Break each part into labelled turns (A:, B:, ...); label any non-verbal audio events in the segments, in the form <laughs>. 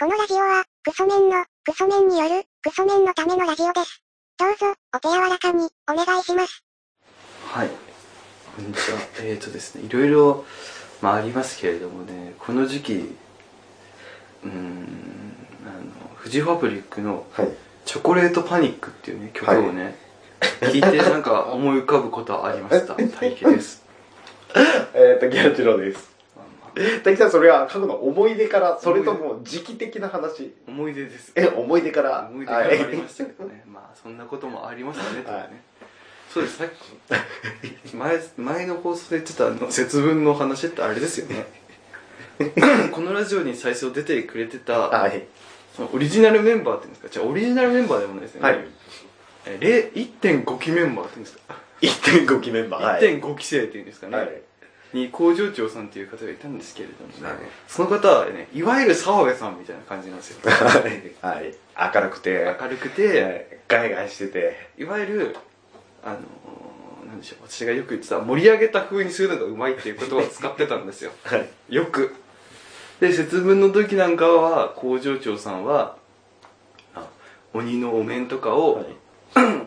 A: このラジオは、クソメンの、クソメンによる、クソメンのためのラジオです。どうぞ、お手柔らかに、お願いします。
B: はい。こんにちは。えっ、とですね、いろいろ、まあ、ありますけれどもね、この時期、うーん、あの、フジファブリックの
C: はい。
B: チョコレートパニックっていうね、曲をね、聞いてなんか思い浮かぶことはありました。大輝です。
C: えっ、と、ギャラチロです。
B: まあま
C: 滝さん、それは過去の思い出から、それとも時期的な話。
B: あ思い出です。
C: え、思い出から。
B: 思い出がありましたけどね。 <laughs> まあ、そんなこともありますよね、とかね。
C: はい
B: そうです、さっき、前、前の放送で言ってたあの、節分の話ってあれですよ
C: <laughs>
B: ね。このラジオに最初出てくれてた、
C: はい。はい。
B: そのオリジナルメンバーっていうんですかじゃあオリジナルメンバーでもないですね。
C: はい。
B: えー0 1.5期メンバーっていうんですか、
C: 1.5期メンバー。はい。
B: 1.5期生っていうんですかね。
C: はい。
B: に工場長さんっていう方がいたんですけれどもね、
C: はい
B: その方はね、いわゆる澤部さんみたいな感じなんですよ。
C: はい。明るくて、
B: 明るくて、
C: ガイガイしてて。
B: いわゆる、あのー、なんでしょう、私がよく言ってた、盛り上げた風にするのがうまいっていうことを使ってたんですよ。
C: はい。
B: よく。 <laughs> で、節分の時なんかは、工場長さんは、あ鬼のお面とかを、
C: はい。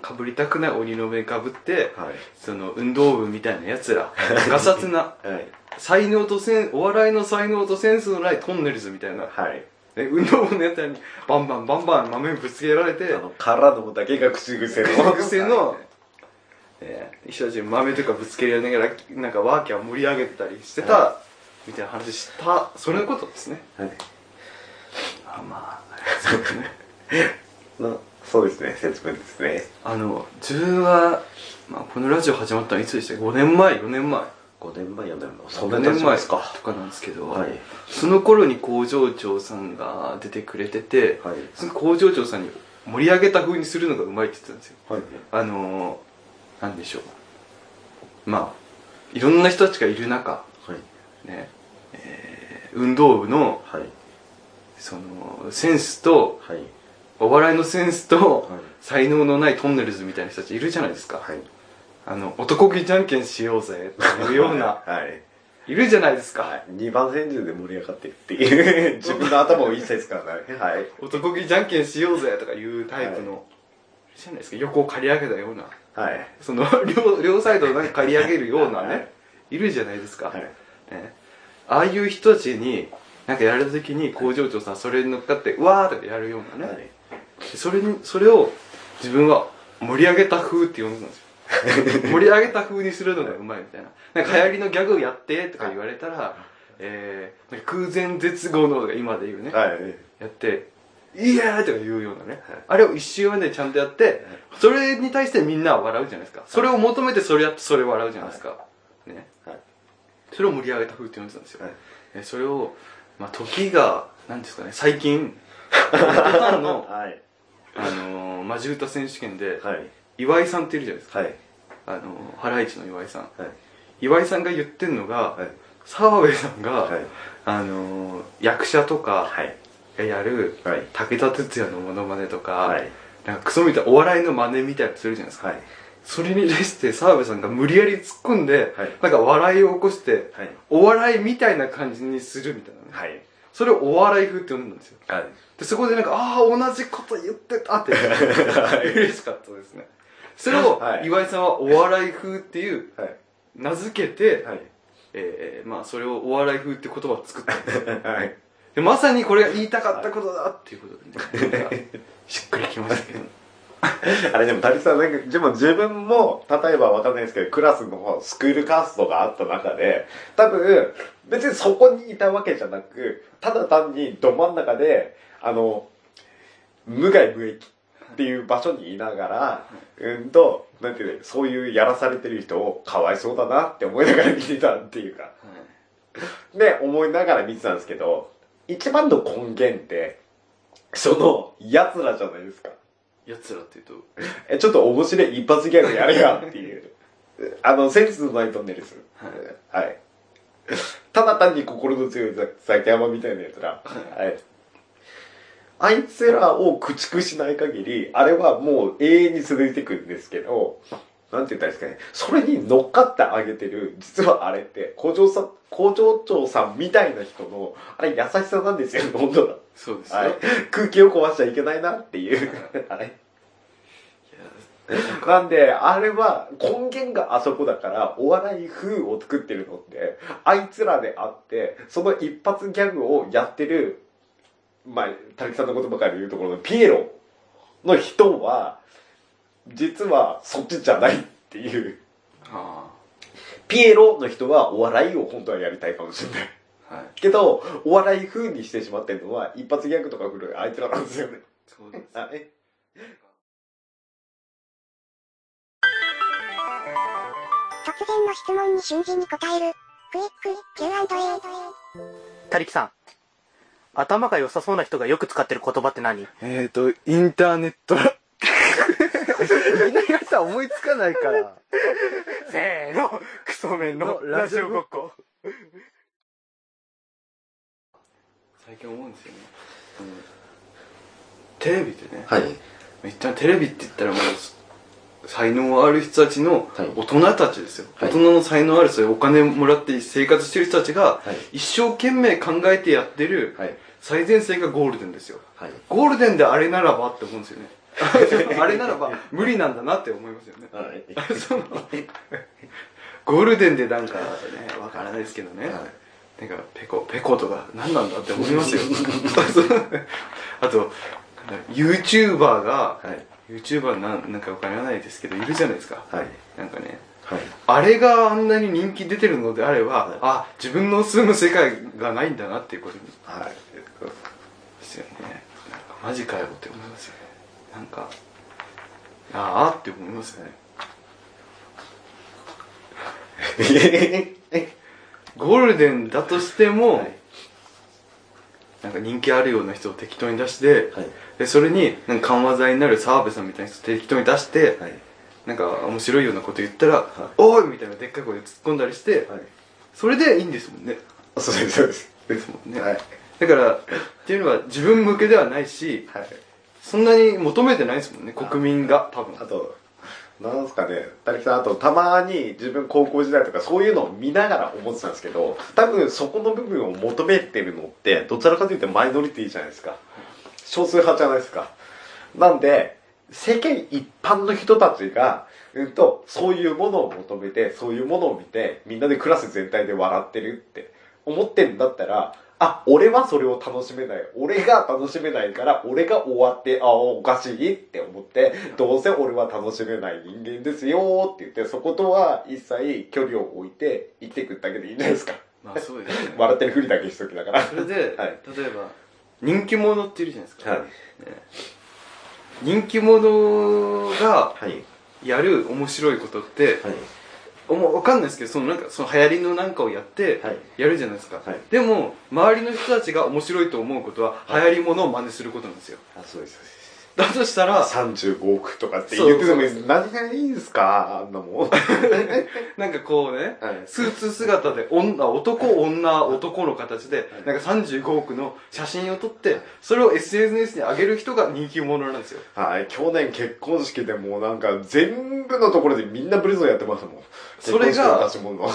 B: かぶりたくない鬼の目かぶって、
C: はい。
B: その運動部みたいなやつら、ガサツな、
C: はい。
B: 才能とセン、お笑いの才能とセンスのないトンネルズみたいな、
C: はい。
B: ね、運動部のやつらにバンバンバンバン豆ぶつけられて
C: あ、の、からのだけが口癖の。
B: 癖の、えー、一緒に豆とかぶつけられながら、なんかワーキャー盛り上げてたりしてた、みたいな話した、それのことですね。
C: はい。
B: あまあ、そうですね。
C: のそうですね、節分ですね。
B: あの、自分は、まあ、このラジオ始まったのいつでしたっけ ?5 年前、4年前。
C: 5年前、4年前。
B: 5
C: そんなに経ちますか。
B: とかなんですけど、
C: はい。
B: その頃に工場長さんが出てくれてて、
C: はい。
B: その工場長さんに盛り上げた風にするのがうまいって言ってたんですよ。
C: はい。
B: あのー、なんでしょう。まあ、いろんな人たちがいる中、
C: はい。
B: ね、えー運動部の、
C: はい。
B: その、センスと、
C: はい。
B: お笑いのセンスと、
C: はい
B: 才能のないトンネルズみたいな人たちいるじゃないですか。
C: はい。
B: あの、男気じゃんけんしようぜ、っていうような、
C: はい。
B: いるじゃないですか。
C: はい。2番線中で盛り上がってるっていう。 <laughs> 自分の頭を一切使わない。はい。
B: 男気じゃんけんしようぜとかいうタイプの、じゃないですか横を刈り上げたような
C: はい。
B: その両両サイドをなんか刈り上げるようなね、
C: はい
B: い、るじゃないですか、
C: はい。
B: ね、ああいう人たちになんかやられた時に工場長さんそれに乗っかってうわーとかやるようなね、
C: はい。
B: それにそれを自分は盛り上げた風って呼んでたんですよ
C: <laughs>
B: 盛り上げた風にするのがうまいみたいななんか流行りのギャグやってとか言われたら、えー、なんか空前絶後のとか今で言うね、
C: はい。
B: やって、いやーとか言うようなね。あれを一周目でちゃんとやって、それに対してみんなは笑うじゃないですか。それを求めてそれやってそれ笑うじゃないですか。ね。
C: はい。
B: それを盛り上げた風って呼んでたんですよ
C: はい。
B: えそれを、まあ時が、なんですかね、最
C: <laughs>
B: 近、ジャパンの、
C: はい。
B: あのー、マジ歌選手権で、
C: はい。
B: 岩井さんっているじゃないですか。
C: はい。
B: あのー、ハライチの岩井さん。
C: はい。
B: 岩井さんが言ってんのが
C: はい、
B: 澤部さんが
C: はい、
B: あのー、役者とか
C: はい。
B: がやる、
C: はい。
B: 武田鉄矢のモノマネとか、
C: はい。
B: なんかクソみたいなお笑いの真似みたいなのするじゃないですか。
C: はい。
B: それに対して澤部さんが無理やり突っ込んで、
C: はい
B: なんか笑いを起こして、
C: はい。
B: お笑いみたいな感じにするみたいなね。
C: はい。
B: それをお笑い風って呼んでたんですよ。
C: はい。
B: で、そこでなんか、ああ、同じこと言ってたって、嬉しかったですね。それを
C: は、い
B: 岩井さんはお笑い風っていう、
C: はい。
B: 名付けて、
C: はい。
B: えーまあ、それをお笑い風って言葉を作ったんですよ。
C: はい。
B: で、まさにこれが言いたかったことだっていうことで、ね、なんかしっくりきましたけど。
C: あれでも、谷さん、なんか、でも自分も、例えばわかんないですけど、クラスの方、スクールカーストがあった中で、多分、別にそこにいたわけじゃなく、ただ単にど真ん中で、あの、無害無益っていう場所にいながら、うんと、なんていうのそういうやらされてる人をかわいそうだなって思いながら見てたっていうか、
B: はい
C: ね、思いながら見てたんですけど、一番の根源って、その、奴らじゃないですか。
B: 奴らっていうと、
C: え、ちょっと面白い一発ギャグやれやって <laughs> いう。あの、センスのないトンネルズ。はい。ただ単に心の強いザザキヤマみたいなやつら。はい。あいつらを駆逐しない限り、あれはもう永遠に続いていくんですけど、なんて言ったらいいですかね、それに乗っかってあげてる、実はあれって、校長さん、校長長さんみたいな人の、あれ優しさなんですよ、本当だ。
B: そうですよ、
C: あれ空気を壊しちゃいけないなっていう、あれ。なんで、あれは根源があそこだから、お笑い風を作ってるのって、あいつらであって、その一発ギャグをやってる、まあ、た木さんの言葉から言うところのピエロの人は、実はそっちじゃないっていう。
B: は
C: ピエロの人はお笑いを本当はやりたいかもしれない。
B: あはい
C: けど、お笑い風にしてしまってるのは、一発ギャグとか振るあいつらなんですよね。
B: そうです
C: はい。
A: 突然の質問に瞬時に答える。クイック Q&A。
D: たりきさん。頭が良さそうな人がよく使ってる言葉って何
E: えっ、と、インターネット。皆さん思いつかないから。
D: せーの、クソメン
E: のラジオごっ
D: こ。
B: 最近思うんですよね、うんテレビでね、
C: はい。
B: めっちゃテレビって言ったらもう才能ある人たちの
C: はい
B: 大人たちですよ、
C: はい
B: 大人の才能あるそういうお金もらって生活してる人たちが
C: はい
B: 一生懸命考えてやってる
C: はい。
B: 最前線がゴールデンですよ
C: はい。
B: ゴールデンであれならばって思うんです
C: <laughs>
B: よねあれならば無理なんだなって思いますよね
C: はい。 <laughs>
B: そのゴールデンでなんかねわからないですけどね、なんかペコペコとか何なんだって思い
C: <laughs>
B: ますよ <laughs> あと YouTuber が、
C: はい。
B: YouTuber なんなんかわからないですけどいるじゃないですか、
C: はい。
B: なんかね
C: はい。
B: あれがあんなに人気出てるのであれば、
C: はい
B: あ自分の住む世界がないんだなっていうこと
C: はい。
B: ですよねなんかマジかよって思いますよねなんかああって思いますねゴールデンだとしても、なんか人気あるような人を適当に出して、
C: はい
B: でそれになんか緩和剤になる澤部さんみたいな人適当に出して、
C: はい。
B: なんか面白いようなこと言ったら「おい!」みたいなでっかい声で突っ込んだりして、
C: はい。
B: それでいいんですもんね
C: そうです、そうです。
B: ですもんね、
C: はい。
B: だからっていうのは自分向けではないし
C: はい。
B: そんなに求めてないですもんね国民が多分
C: あと、なんすかね、たりさん、あと、たまに自分高校時代とかそういうのを見ながら思ってたんですけど、多分そこの部分を求めてるのって、どちらかというとマイノリティじゃないですか。少数派じゃないですか。なんで、世間一般の人たちが、うんと、そういうものを求めて、そういうものを見て、みんなでクラス全体で笑ってるって思ってんだったら、あ、俺はそれを楽しめない。俺が楽しめないから、俺が終わって、あ、おかしいって思って、どうせ俺は楽しめない人間ですよって言って、そことは一切距離を置いて生きていくだけでいいんじゃないですか。
B: まあそうです
C: <laughs>
B: ね
C: 笑ってるふりだけしときながら。は
B: それで、
C: はい
B: 例えば人気者っているじゃないですか、
C: い。
B: 人気者が
C: はい。
B: やる面白いことって、
C: はい。
B: おもわかんないですけどそのなんかその流行りのなんかをやって
C: はい
B: やるじゃないですか、
C: はい
B: でも周りの人たちが面白いと思うことは流行りものを真似することなんですよ
C: あ、そうです、そうです。
B: だとしたら
C: 35億とかって言っててもいい
B: そうそう
C: 何がいいんですかあんな <laughs> もん。
B: なんかこうね、
C: はい
B: スーツ姿で女男女男の形でなんか35億の写真を撮ってそれを SNS に上げる人が人気者なんですよ
C: はい、去年結婚式でもうなんか全部のところでみんなブレゾンやってますもん。
B: それが
C: 結婚式の出し物の。 <laughs> は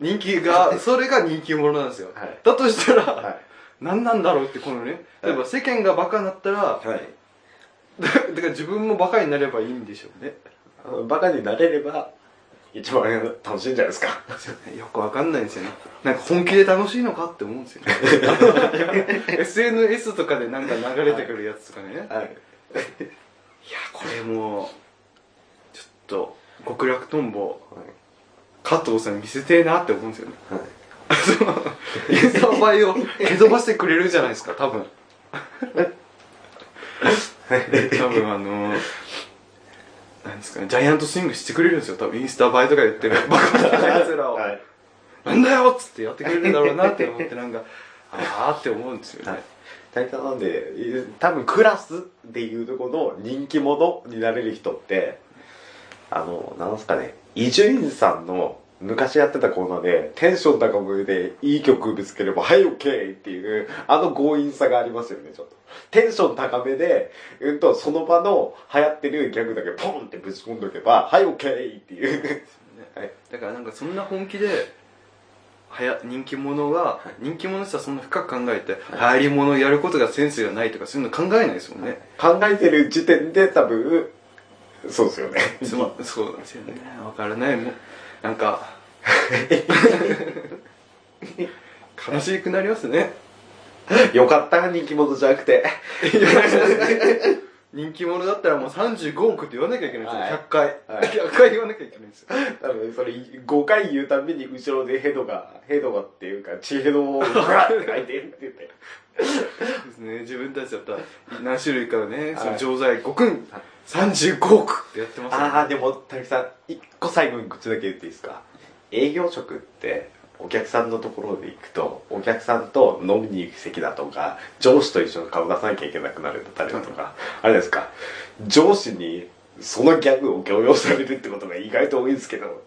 B: 人気がそれが人気者なんですよ、
C: はい
B: だとしたら、
C: い。
B: 何なんだろうってこのね例えば世間がバカになったら、
C: はい。
B: だだから自分もバカになればいいんでしょうね <laughs>
C: あのバカになれれば、一番楽しいんじゃないですか。
B: よくわかんないんですよねなんか本気で楽しいのかって思うんですよね <laughs> SNS とかでなんか流れてくるやつとかね、い、や
C: はい。
B: これもうちょっと極楽とんぼ加藤さん見せてえなって思うんですよね
C: はい。
B: そのインスタ映えを蹴飛ばしてくれるじゃないですか多分多分あのなんですかねジャイアントスイングしてくれるんですよ多分インスタ映えとか言ってるバカなやつらを、
C: はい。
B: なんだよっつってやってくれるんだろうなって思ってなんかああって思うんですよね、
C: はい大体なんで、多分クラスっていうところの人気者になれる人って、あの、なんすかね、伊集院さんの昔やってたコーナーで、テンション高めでいい曲ぶつければ、はい、オッケーっていう、あの強引さがありますよね、ちょっと。テンション高めで、うんと、その場の流行ってるギャグだけポンってぶち込んどけば、はい、オッケーっていう。はい
B: だからなんかそんな本気ではや人気者が人気者の人はそんな深く考えて流行り物をやることがセンスがないとかそういうの考えないですもんね、
C: 考えてる時点で多分、そうですよね。
B: つまそうなんですよねわからないもうなんか <laughs> 悲しくなりますね
C: よかった、人気者じゃなくて。
B: 人気者だったらもう35億って言わなきゃいけないんですよ、
C: はい
B: 100回、
C: はい
B: 100回言わなきゃいけないんですよ
C: 多分それ5回言うたんびに後ろでヘドが、ヘドがっていうか、チヘドをブラって書いてるって言って。
B: そうですね自分たちだったら何種類かね、そ
C: は
B: の
C: い
B: 錠剤5君35億ってやってますよね
C: ああ、でも、たくさん、一個最後に口だけ言っていいですか。営業職って、お客さんのところで行くと、お客さんと飲みに行く席だとか、上司と一緒に顔出さなきゃいけなくなるだったりだとか、あれですか、上司にそのギャグを強要されるってことが意外と多いんですけど、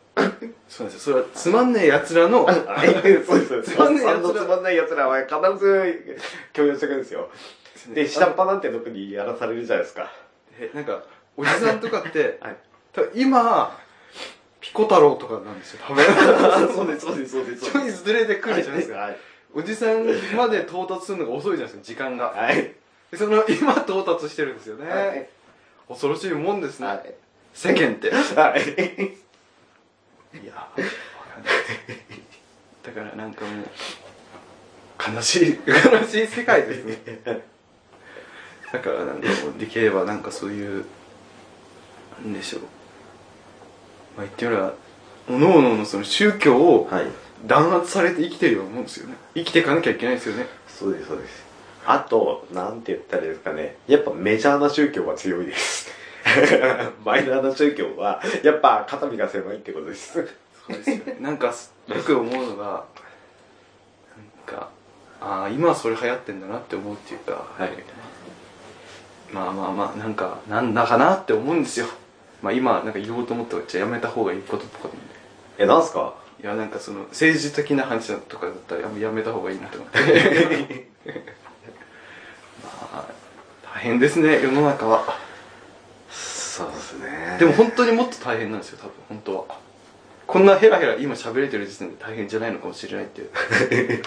B: そうなんですよそれはつまんねえやつらの
C: あえそうです。
B: つ
C: つ
B: ま
C: ま
B: ん
C: ん
B: ねえ
C: ねえ
B: 奴ら
C: 奴ら。つまんない奴らは必ず強要してくるんですよ。で、下っ端なんて特にやらされるじゃないですか。
B: えなんかおじさんとかって、
C: はい
B: 多分今ピコ太郎とかなんですよ多分
C: <laughs> そうです、そうです、そうです
B: ちょいずれてくるじゃないですか、
C: はい。
B: おじさんまで到達するのが遅いじゃないですか時間が
C: はい。
B: でその今到達してるんですよね、
C: はい
B: 恐ろしいもんですね、
C: はい
B: 世間ってい
C: はい。
B: やわかんないだからなんかもう悲しい悲しい世界ですねだからなんかもうできればなんかそういうなんでしょうまあ言ってみればおのおののその宗教を
C: はい。
B: 弾圧されて生きてるようなもんですよね生きていかなきゃいけないですよね
C: そうです、そうです。あと、なんて言ったらいいですかね。やっぱメジャーな宗教は強いです。 <laughs> マイナーな宗教は、やっぱ肩身が狭いってことです。
B: そうですよねなんかすよく思うのがなんかああ今それ流行ってんだなって思うっていうか、
C: はい
B: まあまあまあなんかなんだかなって思うんですよまあ今なんか言おうと思ったらじゃあやめた方がいいこととかも
C: え、なんすか
B: いやなんかその政治的な話だとかだったらやめやめた方がいいなと思って
C: <laughs>
B: まあ大変ですね世の中は
C: そうですね
B: でも本当にもっと大変なんですよ多分本当はこんなヘラヘラ今喋れてる時点で大変じゃないのかもしれない <laughs> っていう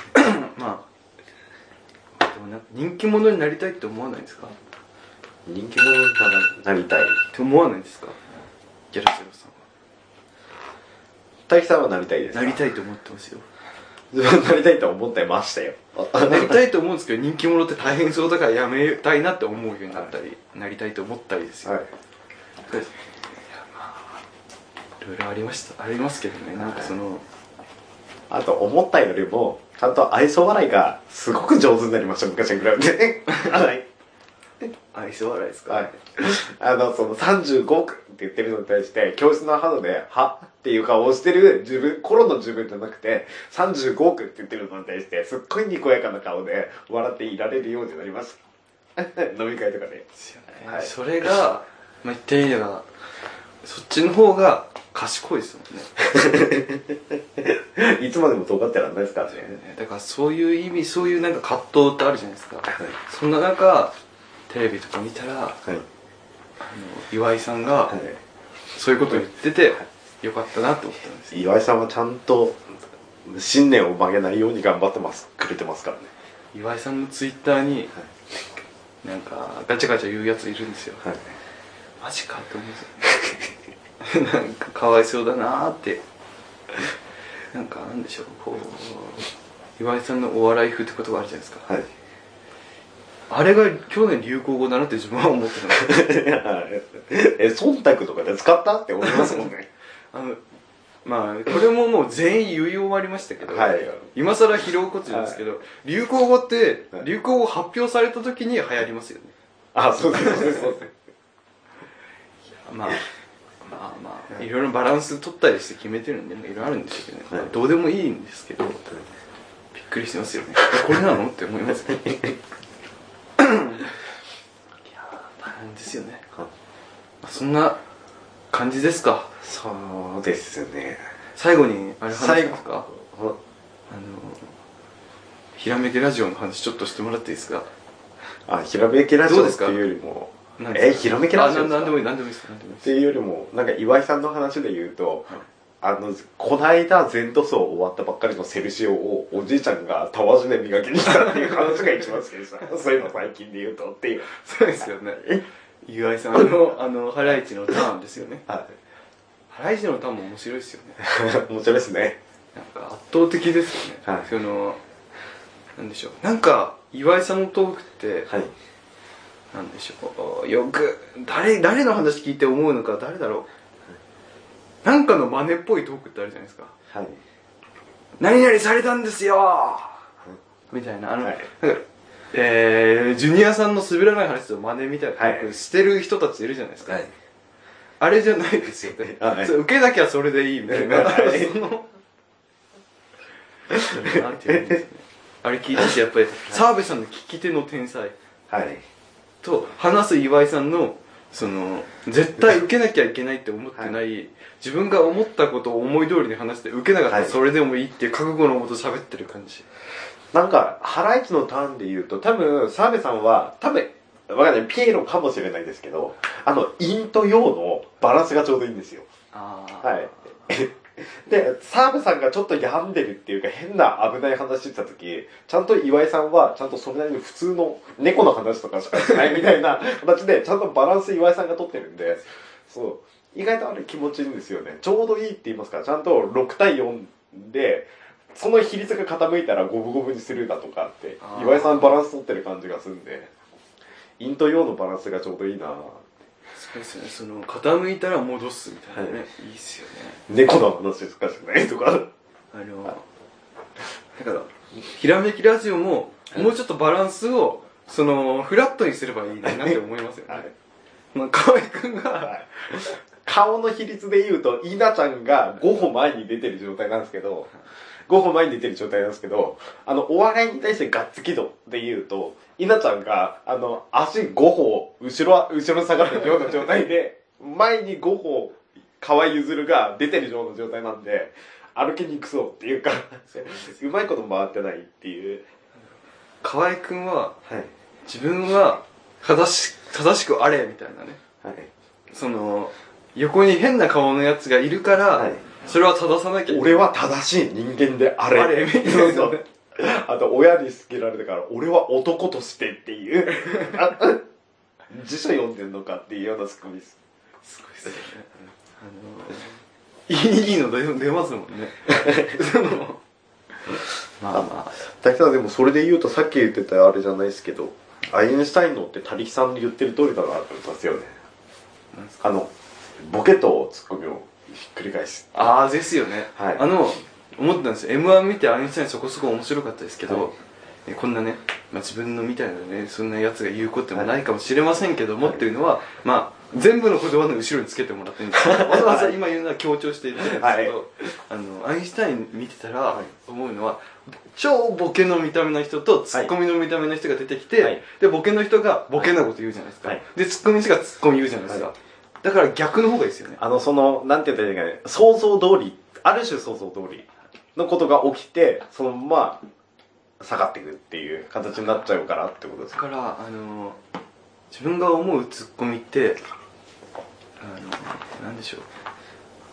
B: まあでもなんか人気者になりたいって思わないですかっ
C: 人気者になりたい。
B: て思わないですかギャラゼロさんは
C: 大樹さんはなりたいですか
B: なりた
C: い。
B: いと思ってますよ
C: なりたいと思ってましたよ。
B: なりたいと思うんですけど人気者って大変そうだからやめたいなって思うようになったり、なりたいと思ったりですよ、
C: はい。
B: いやまあいろいろありましたありますけどねなんかその、
C: あと、思ったよりも、ちゃんと愛想笑いがすごく上手になりました、昔に比べて。はい。
B: 愛想笑いですか、
C: はい。あの、その35億って言ってるのに対して、教室の肌で、はっていう顔をしてる自分、頃の自分じゃなくて、35億って言ってるのに対して、すっごいにこやかな顔で笑っていられるようになりました。 <laughs> 飲み会とかで。
B: ですよね、
C: はい
B: それが、まあ、言ってみればそっちの方が賢いですもんね
C: いつまでも尖ってらんないですからね。
B: だからそういう意味そういうなんか葛藤ってあるじゃないですか、そんな中テレビとか見たら
C: は
B: あ
C: い。
B: の岩井さんが
C: はい
B: そういうことを言ってて、よかったなと思ったんですよ
C: 岩井さんはちゃんと信念を曲げないように頑張ってますくれてますからね
B: 岩井さんのツイッターになんかガチャガチャ言うやついるんですよ、
C: はい
B: マジかって思うんですよねなんかかわいそうだなーってなんかなんでしょうこう岩井さんのお笑い風って言葉あるじゃないですか、
C: はい <laughs>
B: あれが去年流行語だなって自分は思ってたんです
C: え忖度とかで使ったって思いますも
B: <laughs>
C: んね
B: あ
C: <laughs>
B: のまあこれももう全員言い終わりましたけど、
C: はい
B: 今更拾うことじゃないですけど、流行語って
C: はい
B: 流行語発表された時に流行りますよね、
C: あそうですそうですそうです
B: まあまあまあいろいろバランス取ったりして決めてるんでなんかいろいろあるんですけどね、
C: はい
B: まあどうでもいいんですけどびっくりしてますよねこれなのって思いますねいやー大変ですよね、まあそんな感じですか
C: そうですね
B: 最後にあれ話し
C: 最
B: ますかあ
C: 後
B: のひらめきラジオの話ちょっとしてもらっていいですか
C: あひらめきラジ
B: ど
C: オ
B: うで
C: っ
B: す
C: て
B: か
C: いうよりも
B: なん
C: え
B: ですか
C: ひらめきラジオ
B: あ
C: で
B: な
C: すか
B: なんでもいいなんでもいいですなんでもいい
C: っ
B: で
C: ていうよりもなんか岩井さんの話で言うとあのこないだ全塗装終わったばっかりのセルシオをおじいちゃんがたわしで磨きにしたっていう話が一番好きでした <laughs> そういうの最近で言うとっていう
B: すそうですよ <laughs> ね
C: え
B: 岩井さんあのあのハライチのターンですよね
C: は
B: ハライチのターンも面白いですよね
C: い <laughs> 面白いですね
B: なんか圧倒的ですよね、
C: はい
B: そのなんでしょうなんか岩井さんのトークって、
C: はい
B: なんでしょうよく誰誰の話聞いて思うのか誰だろうなんかの真似っぽいトークってあるじゃないですか
C: はい
B: 何々されたんですよみたいなあの、
C: はい
B: なんかえー、ジュニアさんの滑らない話と真似みたいな、
C: はい
B: よくしてる人たちいるじゃないですか、
C: はい
B: あれじゃないですよね、
C: はい
B: そう受けなきゃそれでいいみたいな、
C: はい
B: そのそれなんていうんですかねあれ聞いててやっぱり澤部さんの聞き手の天才
C: はい
B: と話す岩井さんのその絶対受けなきゃいけないって思ってない、
C: は
B: 自分が思ったことを思い通りに話して受けなかった
C: は
B: ら
C: い
B: それでもいいっていう覚悟のもと喋ってる感じ、
C: なんか、ハライチのターンで言うと、多分、澤部さんは、多分、わかんない、ピエロかもしれないですけど、あの、陰と陽のバランスがちょうどいいんですよ。
B: ああ
C: はい。で、澤部さんがちょっと病んでるっていうか、変な危ない話してた時、ちゃんと岩井さんは、ちゃんとそれなりに普通の猫の話とかしかしないみたいな形で、ちゃんとバランス岩井さんが取ってるんで、そう。意外とあれ気持ちいいんですよね。ちょうどいいって言いますから、ちゃんと6対4で、その比率が傾いたら五分五分にするだとかって
B: あ、ー
C: 岩井さんバランス取ってる感じがするんで、陰と陽のバランスがちょうどいいな
B: そうですねその傾いたら戻すみたいなね、、
C: はい
B: いっすよね
C: 猫の話しかしないとか。
B: あのだからひらめきラジオももうちょっとバランスをそのフラットにすればいいなって思いますよね、
C: はい
B: まあ、河合くんが、
C: はい顔の比率で言うと、イナちゃんが5歩前に出てる状態なんですけど、5歩前に出てる状態なんですけど、あの、お笑いに対してガッツキ度で言うと、イナちゃんが、あの、足5歩、後ろは、後ろに下がってるような状態で、前に5歩、河合ゆずるが出てるような状態なんで、歩きにくそうっていうか、うまいこと回ってないっていう。
B: 河合くんは
C: はい。
B: 自分は正し正しくあれみたいなね
C: はい。
B: その横に変な顔のやつがいるから、
C: はい
B: それは正さなきゃいけない
C: 俺は正しい人間であれ。
B: あれみたいな
C: そうそう。 <laughs> あと、親に好けられてから、俺は男としてっていう。あ <laughs> 辞書読んでんのかっていうようなツッコミです。
B: すごいっすよねあのいいの出出ますもんね <laughs> そのまあま
C: 大さんでもそれで言うとさっき言ってたあれじゃないですけど、アインシュタインのって他力さんの言ってる通りだなって思いますよね。
B: あなんですか
C: あの、ボケとツッコミをひっくり返す。
B: ああですよね、
C: はい
B: あの思ったんですよ m 1見てアインシュタインそこそこ面白かったですけど、
C: はい
B: えこんなね、まあ、自分のみたいなねそんなやつが言うこともないかもしれませんけども、っていうのはまあ全部の言葉の後ろにつけてもらってるんですけどわざわざ今言うのは強調して言ってるんですけど、
C: はい
B: あのアインシュタイン見てたら
C: はい
B: 思うのは、超ボケの見た目の人とツッコミの見た目の人が出てきて、
C: はい
B: でボケの人がボケなこと言うじゃないですか、
C: はい
B: でツッコミの人がツッコミ言うじゃないですか、
C: はい
B: だから逆の方がいいですよね
C: あの、その、なんて言ったらいいのかね、想像通り、ある種想像通りのことが起きて、そのまま下がっていくっていう形になっちゃうからってことです
B: だからあの自分が思うツッコミってあのなんでしょう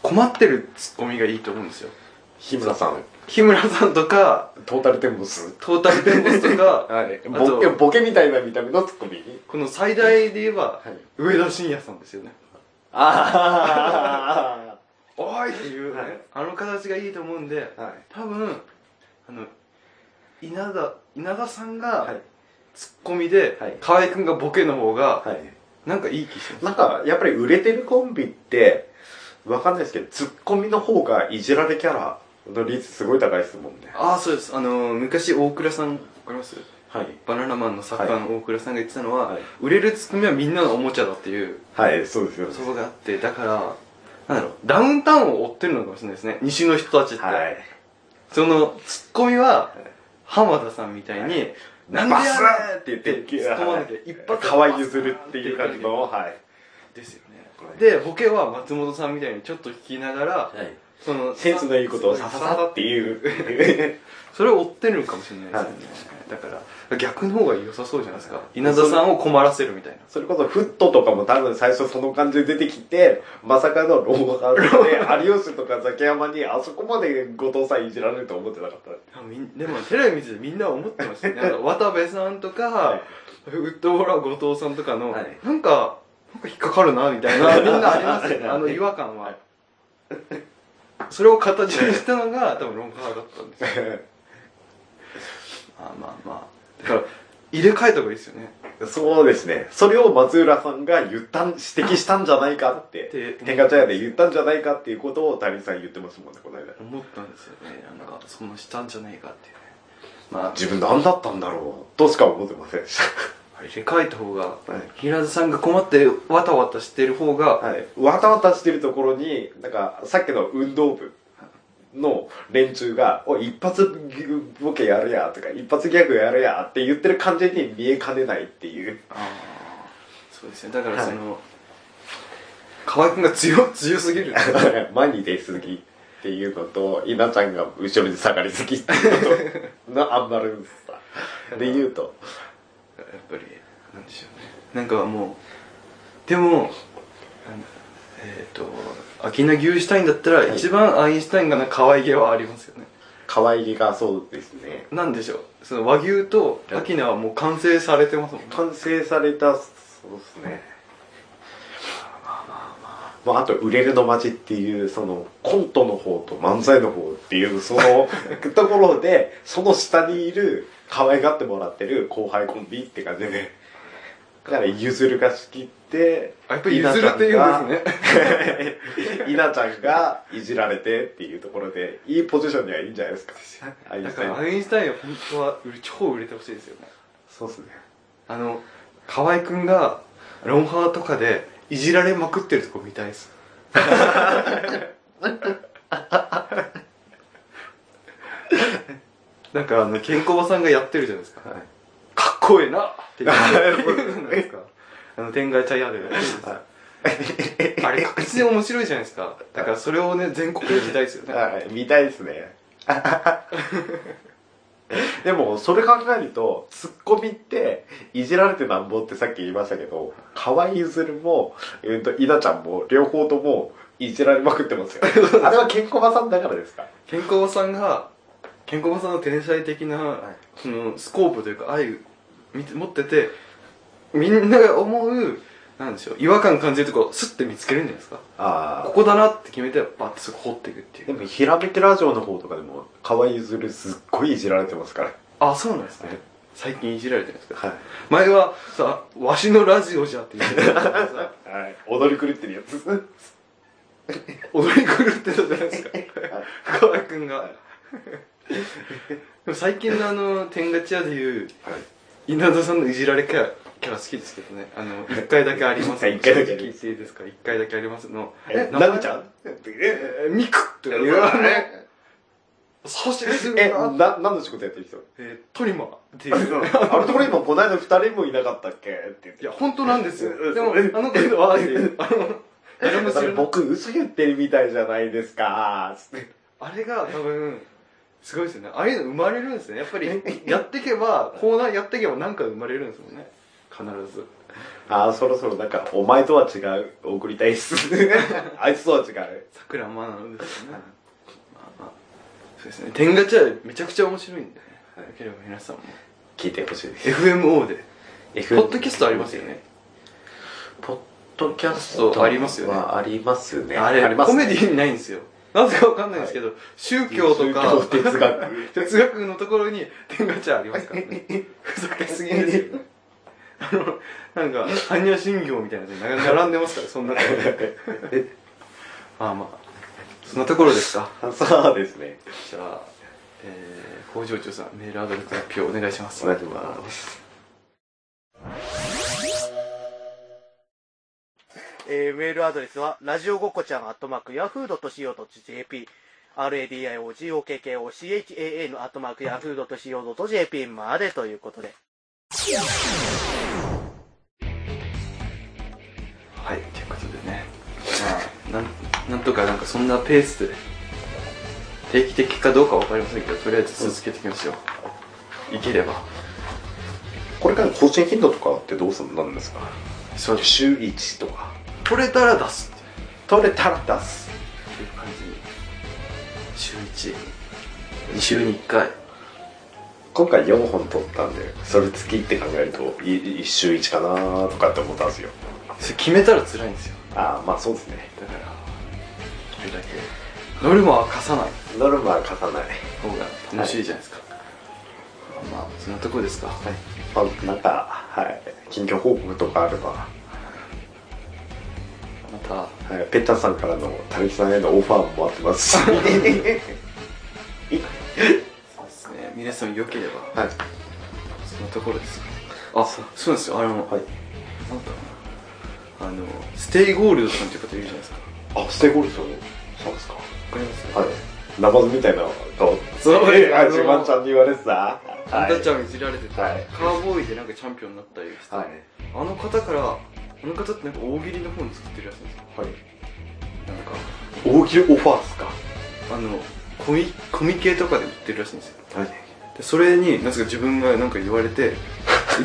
B: 困ってるツッコミがいいと思うんですよ
C: 日村さん、
B: 日村さんとか
C: トータルテンボス。
B: トータルテンボスとか
C: <laughs> はい。
B: あと
C: ボケ、ボケみたいな見た目のツッコミ。
B: この最大で言えば、
C: はい
B: 上田晋也さんですよね
C: あ
B: おーいっていう、ね
C: はい
B: あの形がいいと思うんで、
C: あ。はい。
B: 多分あの稲田稲田さん
C: は
B: が
C: い。
B: ツッコミで、
C: はい
B: 河合くんがボケの方が、
C: はい。
B: なんかいい気します
C: なんか、やっぱり売れてるコンビって、わかんないですけど、ツッコミの方がいじられキャラの率すごい高いですもんね。
B: ああそうですあの昔大倉さんわかります
C: はい。
B: バナナマンの作家の大倉さんが言ってたのは、
C: はい
B: 売れるツッコミはみんなのおもちゃだっていう
C: はい、そうですよね。
B: 言葉があってだからなんだろうダウンタウンを追ってるのかもしれないですね西の人たちって、
C: はい。
B: そのツッコミは浜田さんみたいに、なんでやれって言って突っ込まなきゃ一発
C: かわい譲るっていう感じの、はい。
B: ですよねでボケは松本さんみたいにちょっと聞きながら、
C: はい。
B: その
C: センスのいいことをさささって言う。 <laughs>
B: それを追ってるのかもしれないですよね、だから逆の方が良さそうじゃないですか稲田さんを困らせるみたいな
C: それこそフットとかも多分最初その感じで出てきて、まさかのローマがで、有吉とかザキヤマにあそこまで後藤さんいじられると思ってなかった。
B: あみんでもテレビ見ててみんな思ってました <laughs> ねなんか渡部さんとか、ウッドボラ後藤さんとかの、
C: はい
B: なんかなんか引っかかるなみたいなみんなありますよ <laughs> ねあの違和感は、
C: はい
B: それを形にしたのが多分ロンハーだったんですよあ <laughs> まあまあだから入れ替えた方がいいですよね
C: そうですね。それを松浦さんが言ったん、指摘したんじゃないかって
B: で、
C: 天下茶屋で言ったんじゃないかっていうことを谷さん言ってますもんね、この間。
B: 思ったんですよねなんかそのしたんじゃないかっていうねまあ
C: 自分何だったんだろうとしか思ってませんでし
B: 入れ替えた方が、
C: はい
B: 平田さんが困ってわたわたしてる方が、
C: た。はい。わたわたしてるところに、なんか、さっきの運動部の連中が、おい、一発ボケやるやとか、一発ギャグやるやって言ってる感じに見えかねないっていう。 <laughs>
B: ああそうですねだからその、河合君が強 <laughs> 強すぎる
C: 前に出すぎっていうのと、稲ちゃんが後ろに下がりすぎっていうのと、のあんまるんさ。で言うと、
B: やっぱりなんでしょうねなんかもうでもなんだえっ、ー、と秋名牛したいんだったら、一番アインシュタインがな可愛げはありますよね
C: 可愛げがそうですね。
B: なんでしょうその和牛と秋名はもう完成されてますもんね
C: 完成された、そうですね。まあ、あと、売れるの街っていう、その、コントの方と漫才の方っていう、その、ところで、 <laughs> その下にいる、可愛がってもらってる後輩コンビって感じで、だから、ゆずるが仕切って、
B: あやっぱり譲るっていうんですね
C: 稲ちゃんがいじられてっていうところで、いいポジションにはいいんじゃないですか。あい
B: だ
C: つ
B: からアインシュタインは本当は売れ <laughs> 超売れてほしいですよね
C: そうですね。
B: あの河合くんがロンハーとかでいじられまくってるとこ見たい <laughs> ですなんかあの健康さんがやってるじゃないですか、
C: はい
B: かっこええなって言って
C: そう
B: 言うじゃないですかあの天外茶屋でやってるじゃないですかあれ確実に面白いじゃないですかだからそれをね全国で見たいですよね、
C: はい、見たいです <laughs> ね。でも、それ考えると、ツッコミって、いじられてなんぼってさっき言いましたけど、河合ゆずるも、えっと、稲ちゃんも、両方とも、いじられまくってますよ。 <laughs> あれはケンコバさんだからですか
B: 健康さんが健康さんの天才的な、そのスコープというか愛を見て持っててみんなが思うなんでしょう違和感感じるとこスッて見つけるんじゃないですか
C: あ
B: ここだなって決めてバッてすぐ掘っていくってい
C: で
B: う
C: も、ひらめきラジオの方とかでも、河合ゆずるすっごいいじられてますから。
B: あそうなんですね最近いじられてるんですか
C: はい。
B: 前はさ「わしのラジオじゃ」って言ってたからさ
C: はい、踊り狂ってるやつ。
B: 踊り狂ってたじゃないですか深川君がでも最近のあの天ガチ屋でいう稲田さんのいじられキャラキャラ好きですけどねあの1回だけあります
C: 一回だけあ
B: 正直言
C: りま
B: っていいですか1回だけありますの
C: <laughs> え、
B: 名前
C: なみちゃんえ、
B: えーミクとか言われて
C: え、
B: そしてすぐ
C: え、
B: な
C: な、何の仕事やってる人
B: えートリマーってい
C: あ
B: う
C: れとこれ今、この間二人もいなかったっけって言っ
B: い
C: て。
B: や本当なんですよ
C: うん
B: でも
C: うん
B: あの子はっていうあの誰も知らない
C: 僕、嘘言ってるみたいじゃないですか。つって
B: あれが多分すごいですよねああいうの生まれるんですねやっぱり <laughs> やってけばこうなやってけばなんか生まれるんですもんね必ず
C: ああ、そろそろなんか、お前とは違う。送りたい
B: <laughs>
C: っす。あいつとは違う。
B: 桜まなのですよねまあまあそうですね天ガチャめちゃくちゃ面白いんでね、
C: はい
B: よければ皆さんも
C: 聞いてほしいです。
B: FMO でポ
C: F-
B: ッドキャストありますよね
C: ポッドキャス
B: そうありますよね
C: はありますね。
B: あれ
C: ます
B: コ
C: ね
B: メディにないんですよなぜかわかんないんですけど、宗教とか
C: 宗教哲 <laughs> 学
B: <laughs> 哲学のところに天ガチャありますからねふざけすぎですよねあのなんか般若心経みたいなやつに並んでますからそんなとこ <laughs> ろにまあまあそんなところですか
C: そうですね。
B: じゃあ、えー、工場長さんメールアドレスの発表お願いします
C: お願いします。
D: えーメールアドレスは、ラジオごこちゃん、アットマーク、ヤフードとしようと JP、radiogokkoCHAA のアットマーク、ヤフードとしようと JP までということで。
B: はいということでねまあなんなんとかなんかそんなペースで定期的かどうかわかりませんけどとりあえず続けていきますよいければ
C: これから更新頻度とかってどうするんですか
B: そうです
C: 週1とか
B: 取れたら出すって
C: 取れたら出す
B: いう感じに週12週に1回
C: 今回4本取ったんでそれ月って考えると1週1かなとかって思ったんですよ
B: それ決めたら辛いんですよ
C: ああまあそうですね
B: だからそれだけノルマは課さない
C: ノルマは貸さない
B: 方が楽しいじゃないですか、まあそんなとこですかはい
C: まあなんかはい近況報告とかあれば、
B: また
C: はい、ペッタさんからのたぬきさんへのオファーも待って
B: <laughs>
C: ますし
B: そうですね皆さんよければ
C: はい
B: そのところですかねあそうなんですよあの、
C: は
B: な
C: い
B: んだろうなあのステイゴールドさんっていう方いるじゃないですかわ
C: あステゴルフさんそうですか
B: かります
C: はいナマズみたいな顔
B: そう
C: えあ
B: あの
C: 自慢ちゃんに言われてた
B: あんたち
C: ゃん
B: ゃんいじられてた、
C: はい
B: カーボーイでなんかチャンピオンになったりして、
C: はい
B: あの方からあの方ってなんか大喜利の本作ってるらしいんですよ
C: はい
B: なんか
C: 大喜利オファーっすか
B: あのコミコミケとかで売ってるらしいんですよ
C: はい
B: でそれになんですか自分がなんか言われて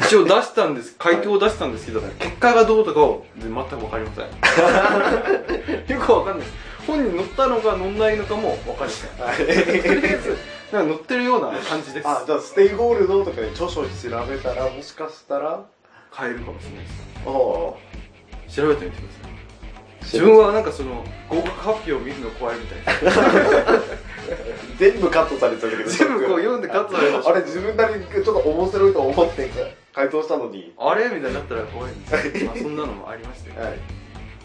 B: 一応出したんです回答を出したんですけど、結果がどうとかを全く分かりませんよくわかんないです本に載ったのか載んないのかも分かりませんとりあえずなんか載ってるような感じです
C: あじゃあステイゴールドとかで著書調べたらもしかしたらあ
B: 変えるかもしれないで
C: あ
B: す調べてみてください自分はなんかその合格発表を見るの怖いみたいな
C: 全部カットされてたけど
B: 全部こう読んでカットされました
C: あれ自分なりにちょっと面白いと思って回答したのに
B: あれみたいになったら怖いんですよ、まあ、そんなのもありましたよ、
C: はい
B: ま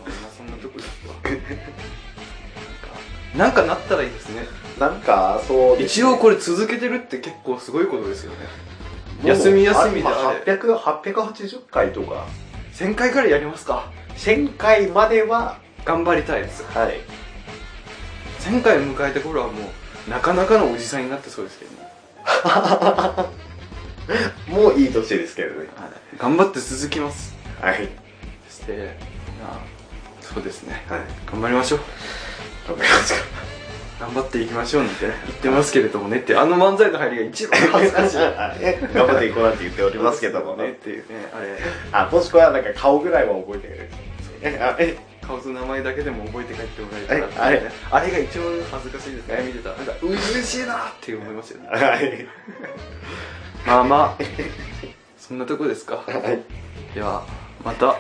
B: あそんなとこですわなんかなんかなったらいいですね
C: なんかそうです
B: 一
C: ね
B: 応これ続けてるって結構すごいことですよね
C: もう
B: 休み休みであ
C: あ
B: れ
C: 800 880回とか
B: 1000回からやりますか
C: 1000回までは
B: 頑張りたいです
C: はい
B: 1000回迎えた頃はもうなかなかのおじさんになってそうですけどね
C: もういい年ですけどね
B: 頑張って続きます
C: はい
B: そしてまあそうですね
C: はい
B: 頑張りましょう
C: 頑張りますか
B: 頑張っていきましょうなんて言ってますけれどもねってあの漫才の入りが一番恥ずかしい
C: はい頑張っていこうなんて言っておりますけども
B: ねっ
C: ね
B: ていうねあれ
C: あもしくはなんか顔ぐらいは覚えてくれるえあえ
B: 顔と名前だけでも覚えて帰ってもらえたら、
C: はいはい
B: あれが一番恥ずかしいですね見てたなんかうずしいなって思いますよね
C: はい
B: まあまあ <laughs> そんなとこですか
C: はい
B: ではまた